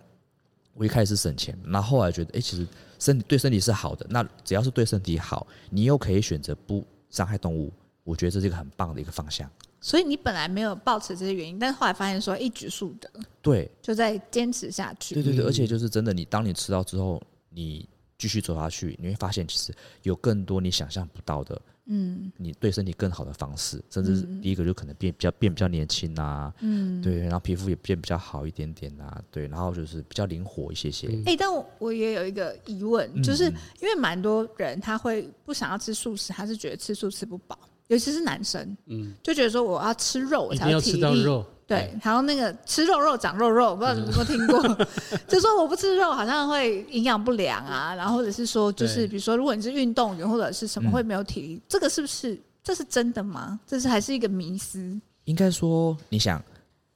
我一开始是省钱，那后来觉得，哎、其实身体对身体是好的。那只要是对身体好，你又可以选择不伤害动物，我觉得这是一个很棒的一个方
嗯
向。
所以你本来没有抱持这些原因，但是后来发现说一举数得，
对，
就在坚持下
对
去。
对对，
嗯
而且就是真的，你当你吃到之后，你继续走下去，你会发现其实有更多你想象不到的，
嗯
你对身体更好的方式，甚至是
嗯
第一个就可能变比较变比较年轻啊，
嗯，
对，然后皮肤也变比较好一点点啊，对，然后就是比较灵活一些些，
嗯
哎、但我我也有一个疑问，
嗯
就是
嗯
因为蛮多人他会不想要吃素食，他是觉得吃素吃不饱，尤其是男生，
嗯，
就觉得说我要吃肉，我
一
才
定要
有体
吃到
力。
肉，
对，
嗯
然后那个吃肉肉长肉肉，不知道你有没有听过？ 就说我不吃肉好像会营养不良啊，然后或者是说就是
对
比如说如果你是运动员或者是什么
嗯
会没有体力，这个是不是这是真的吗？这是还是一个迷思？
应该说你想。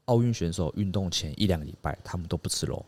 奥运选手运动前一两个礼拜，他们都不吃肉，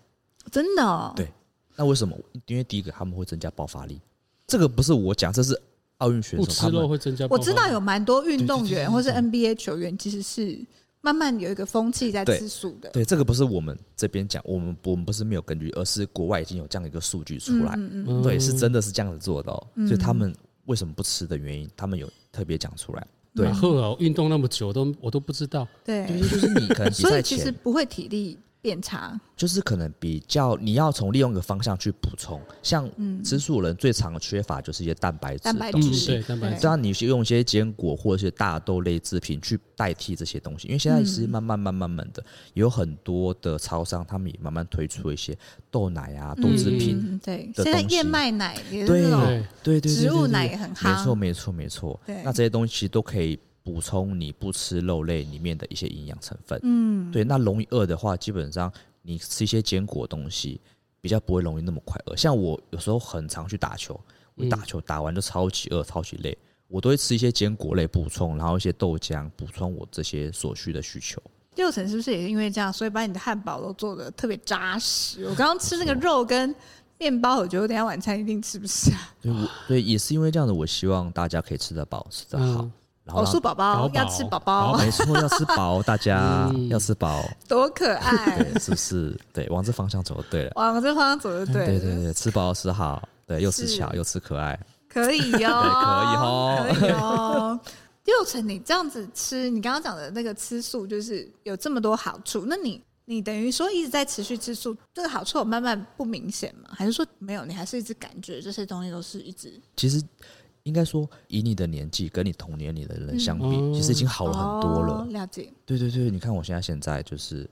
真的、哦？
对那为什么？因为第一个他们会增加爆发力，这个不是我讲，这是奥运选
不
手他
吃肉
们
会增加。
我知道有，蛮多运动员或是
嗯
NBA 球员其实是慢慢有一个风气在
对
吃素的。
对这个不是我们这边讲，我们我们不是没有根据，而是国外已经有这样一个数据出来，
嗯嗯嗯
嗯
对，是真的是这样子做的哦。所以他们为什么不吃的原因，他们有特别讲出来。对
然，后啊，运动那么久都我都不知道，
对，
对，
就是你可能比
嗯所
赛
以其实
前，
不会体力变差。
就是可能比较你要从利用一个方向去补充，像
嗯
吃素人最常缺乏就是一些蛋白质
蛋白
东
质
嗯，
西。
对，蛋白质，
当然，你去用一些坚果或者是大豆类制品去代替这些东西，因为现在其实
嗯
慢慢、慢慢、慢慢的，有很多的超商他们也慢慢推出一些豆奶啊、豆制品，
嗯，对，
的
现在
东西
燕麦奶也是
对
那种
对，
对对对
植
对
物
对
奶也很夯。
没错，没错，没错。
对
那这些东西都可以补充你不吃肉类里面的一些营养成分。
嗯，
对，那容易饿的话，基本上你吃一些坚果东西，比较不会容易那么快饿。像我有时候很常去打球，我
嗯
打球打完就超级饿、超级累，我都会吃一些坚果类补充，然后一些豆浆补充我这些所需的需求。
六成是不是也因为这样，所以把你的汉堡都做的特别扎实？我刚刚吃那个肉跟面包，我觉得我等一下晚餐一定吃不下。
对，我对也是因为这样子，我希望大家可以吃得饱、吃得好，
嗯
然后
偶
让
数宝宝
饱饱
要吃饱
饱
饱，
没错，要吃饱，大家、
嗯
要吃饱。
多可爱！
对，是不是？对，往这方向走就对了。
往这方向走就对
对
了，
对对，吃饱吃好，对，又吃
是
巧又吃可爱，
可以哟、
对
可以哦。六成，你这样子吃，你刚刚讲的那个吃素，就是有这么多好处。那你你等于说一直在持续吃素，这个好处有慢慢不明显吗？还是说没有？你还是一直感觉这些东西都是一直
其实应该说，以你的年纪跟你同年龄的人相比，
嗯
其实已经好了很多了。
哦了解，
对对对，你看我现在现在就是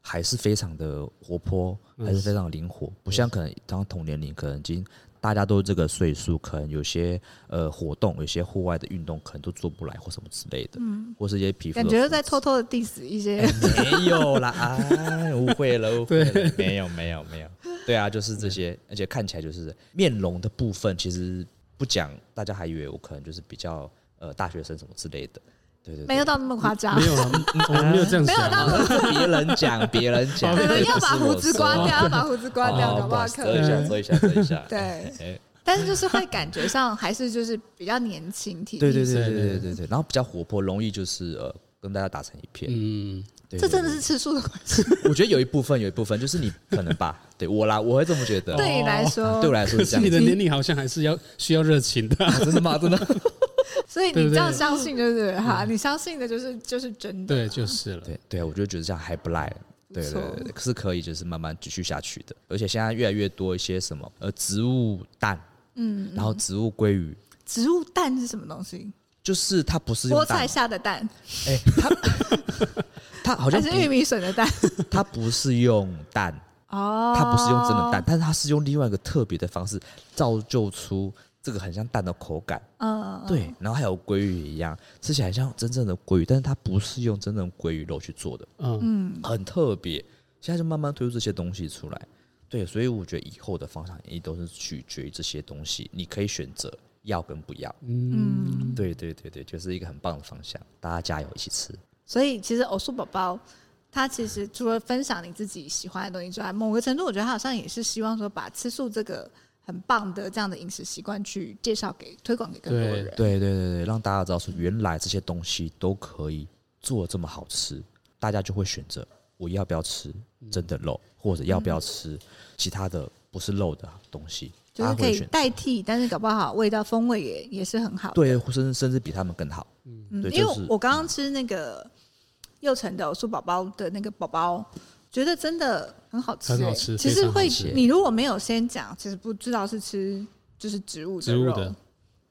还是非常的活泼，
嗯
还是非常灵活，不像可能当同年龄可能已经。大家都这个岁数，可能有些呃活动，有些户外的运动可能都做不来或什么之类的，嗯，或是一些皮肤的
感觉
肤
在
质
偷偷的 diss 一些。
哎没有啦，哎，误会了，误会了，没有，没有，没有。对啊，就是这些，而且看起来就是面容的部分，其实不讲，大家还以为我可能就是比较呃大学生什么之类的。对对，
没有到那么夸张
没。有了，我们没有这样
没有
想
到
啊。
对别人讲，别人讲，
可能要
不是
把胡
我
子
说
刮掉，要把胡子刮掉，
哦
搞不
不好
好
意思
可
遮一
能。
下，遮一下， 遮一下。
对
哎，
但是就是会感觉上还是就是比较年轻体力。
对对对
对
对
对
对对对，然后比较活泼，容易就是呃跟大家打成一片。
嗯，
对
这
对
真的是吃素的关系。
对我觉得有一部分，有一部分就是你可能吧，对我啦，我会这么觉得。
对你来说，
对我来说
可
这
是
样
你
子。
的年龄好像还是要需要热情的。
啊真的 吗？真的？
所以
对
你
不
这
对
样相信就是哈，你相信的就是就是真的。
对，就是了。
嗯对对，啊我就觉得这样还不赖。对对
错
对对，是可以就是慢慢继续下去的，而且现在越来越多一些什么呃植物蛋，嗯，然后植物鲑鱼，
植物蛋是什么东西？
就是它不是用
菠
蛋
菜，下的蛋，
哎、它 它好像
还是玉
不，
米笋的蛋？
它不是用蛋，
哦，
它不是用真的蛋，，但是它是用另外一个特别的方式造就出这个很像蛋的口感。
嗯，
对，然后还有鲑鱼也一样，吃起来像真正的鲑鱼，但是它不是用真正的鲑鱼肉去做的，
嗯，
很特别。现在就慢慢推出这些东西出来，对，所以我觉得以后的方向一定都是取决于这些东西，你可以选择要跟不要。嗯，对对对对，就是一个很棒的方向，大家加油一起吃。
所以其实偶数宝宝。他其实除了分享你自己喜欢的东西之外，某个程度，我觉得他好像也是希望说，把吃素这个很棒的这样的饮食习惯去介绍给推广给更多
对
人。
对对对对，让大家知道说原来这些东西都可以做这么好吃，大家就会选择我要不要吃
嗯
真的肉，或者要不要吃其他的不是肉的东西，
就
大
是
家
可
会
以
选
代替，但是搞不好味道风味也也是很好。
对，甚至甚至比他们更好。
嗯，
对
因为
就
我
是
我刚刚吃那个幼晨的偶数宝宝的那个宝宝，觉得真的很好吃、欸，
很好吃
其
非
实
常好
会
吃，
你如果没有先讲，其实不知道是吃就是植物的
植物
肉
的，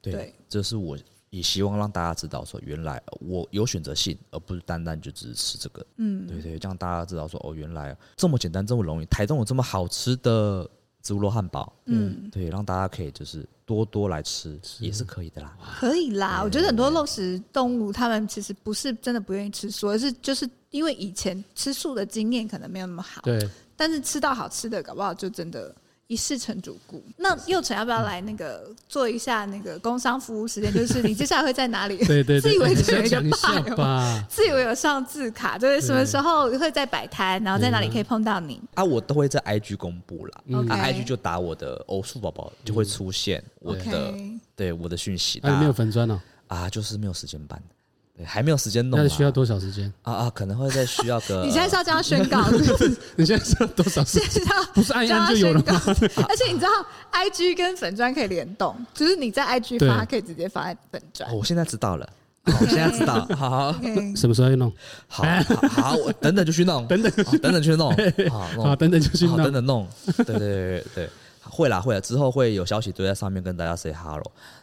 对
这是我也希望让大家知道说，原来我有选择性，而不是单单就只是吃这个。
嗯，
对对，这样大家知道说，哦，原来这么简单，这么容易，台东有这么好吃的植物肉汉堡。
嗯，
对，让大家可以就是多多来吃，也是可以的啦。
可以啦。我觉得很多肉食动物，他们其实不是真的不愿意吃素，而是就是因为以前吃素的经验可能没有那么好，
对，
但是吃到好吃的，搞不好就真的。一世成主顾。那幼晨要不要
嗯
来那个做一下那个工商服务时间？就是你接下来会在哪里？
对对对，
自以为
哎
自己有
先
一个
讲一下
爸哟
吧。
自以为有上字卡，就是什么时候会在摆摊，然后在哪里可以碰到你？
啊，我都会在 IG 公布啦。
嗯
OK
啊，IG 就打我的偶数宝宝就会出现我的
OK
对我的讯息。
啊，你没有粉砖哦？
啊，就是没有时间办，对，还没有时间弄
那
啊。
需要多少时间？
啊啊，可能会再需要
呃
个。
你现在是要这样宣告，是不是
你现在需要多少时间？
是要
不是按一按就有了吗
这样宣告而且你知道，IG 跟粉砖可以联动，就是你在 IG
对
发可以直接发在粉砖
哦，。我现在知道了，好我现在知道，好好
OK，
什么时候要弄？
好好好，我等等就去弄，
等等
好等等去弄，好
啊，
弄，
等等就去
好哦
弄。
等等弄，对对对对对，会啦会啦，之后会有消息堆在上面跟大家 say hello，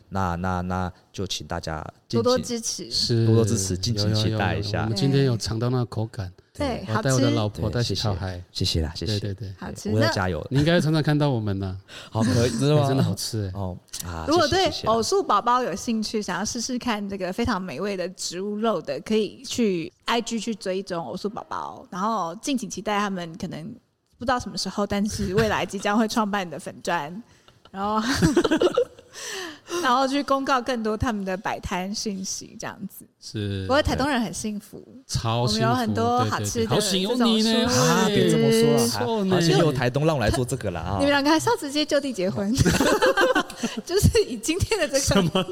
那那那就请大家
多
敬
多
请
支持，
是
多多支持敬
有
请
有有
期待一
有
下
我们今天有尝到那个口感，
对，
我
好
带我的
吃，
老婆，
对
带
谢谢
小孩，
谢谢啦，谢
对
谢，
对对，
好吃。
我要
那
加油的，
你应该常常看到我们呢，
好可以，真的
哎
吗？
真的好吃哎。
哦啊！
如果
谢谢
对
谢谢啦
偶数宝宝有兴趣，想要试试看这个非常美味的植物肉的，可以去 IG 去追踪偶数宝宝，然后敬请期待他们可能不知道什么时候，但是未来即将会创办的粉 砖，然后然后去公告更多他们的摆摊讯息，这样子。
是
不过台东人很幸福，
超
我
幸
们
福，
有很多
对对
好
对
吃的
好喜欢你
这
呢
种蔬
啊，别这么说
不错
啊，
呢
好，谢谢有台东让我来做这个了啊
你们，两个还是要直接就地结婚， 就是以今天的这
什
个
么？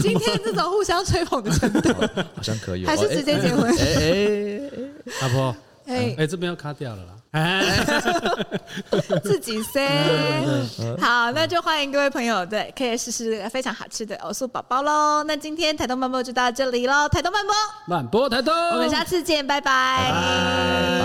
今天这种互相吹捧的程度，
好像可以哦，
还是
哎
直接结婚。
哎
阿婆，
哎
哎，这边要卡掉了啦。哎，
自己塞。好，那就欢迎各位朋友，对，可以试试非常好吃的偶素宝宝喽。那今天台东漫播就到这里喽，台东漫播，
慢播台东，
我们下次见，拜拜
哎。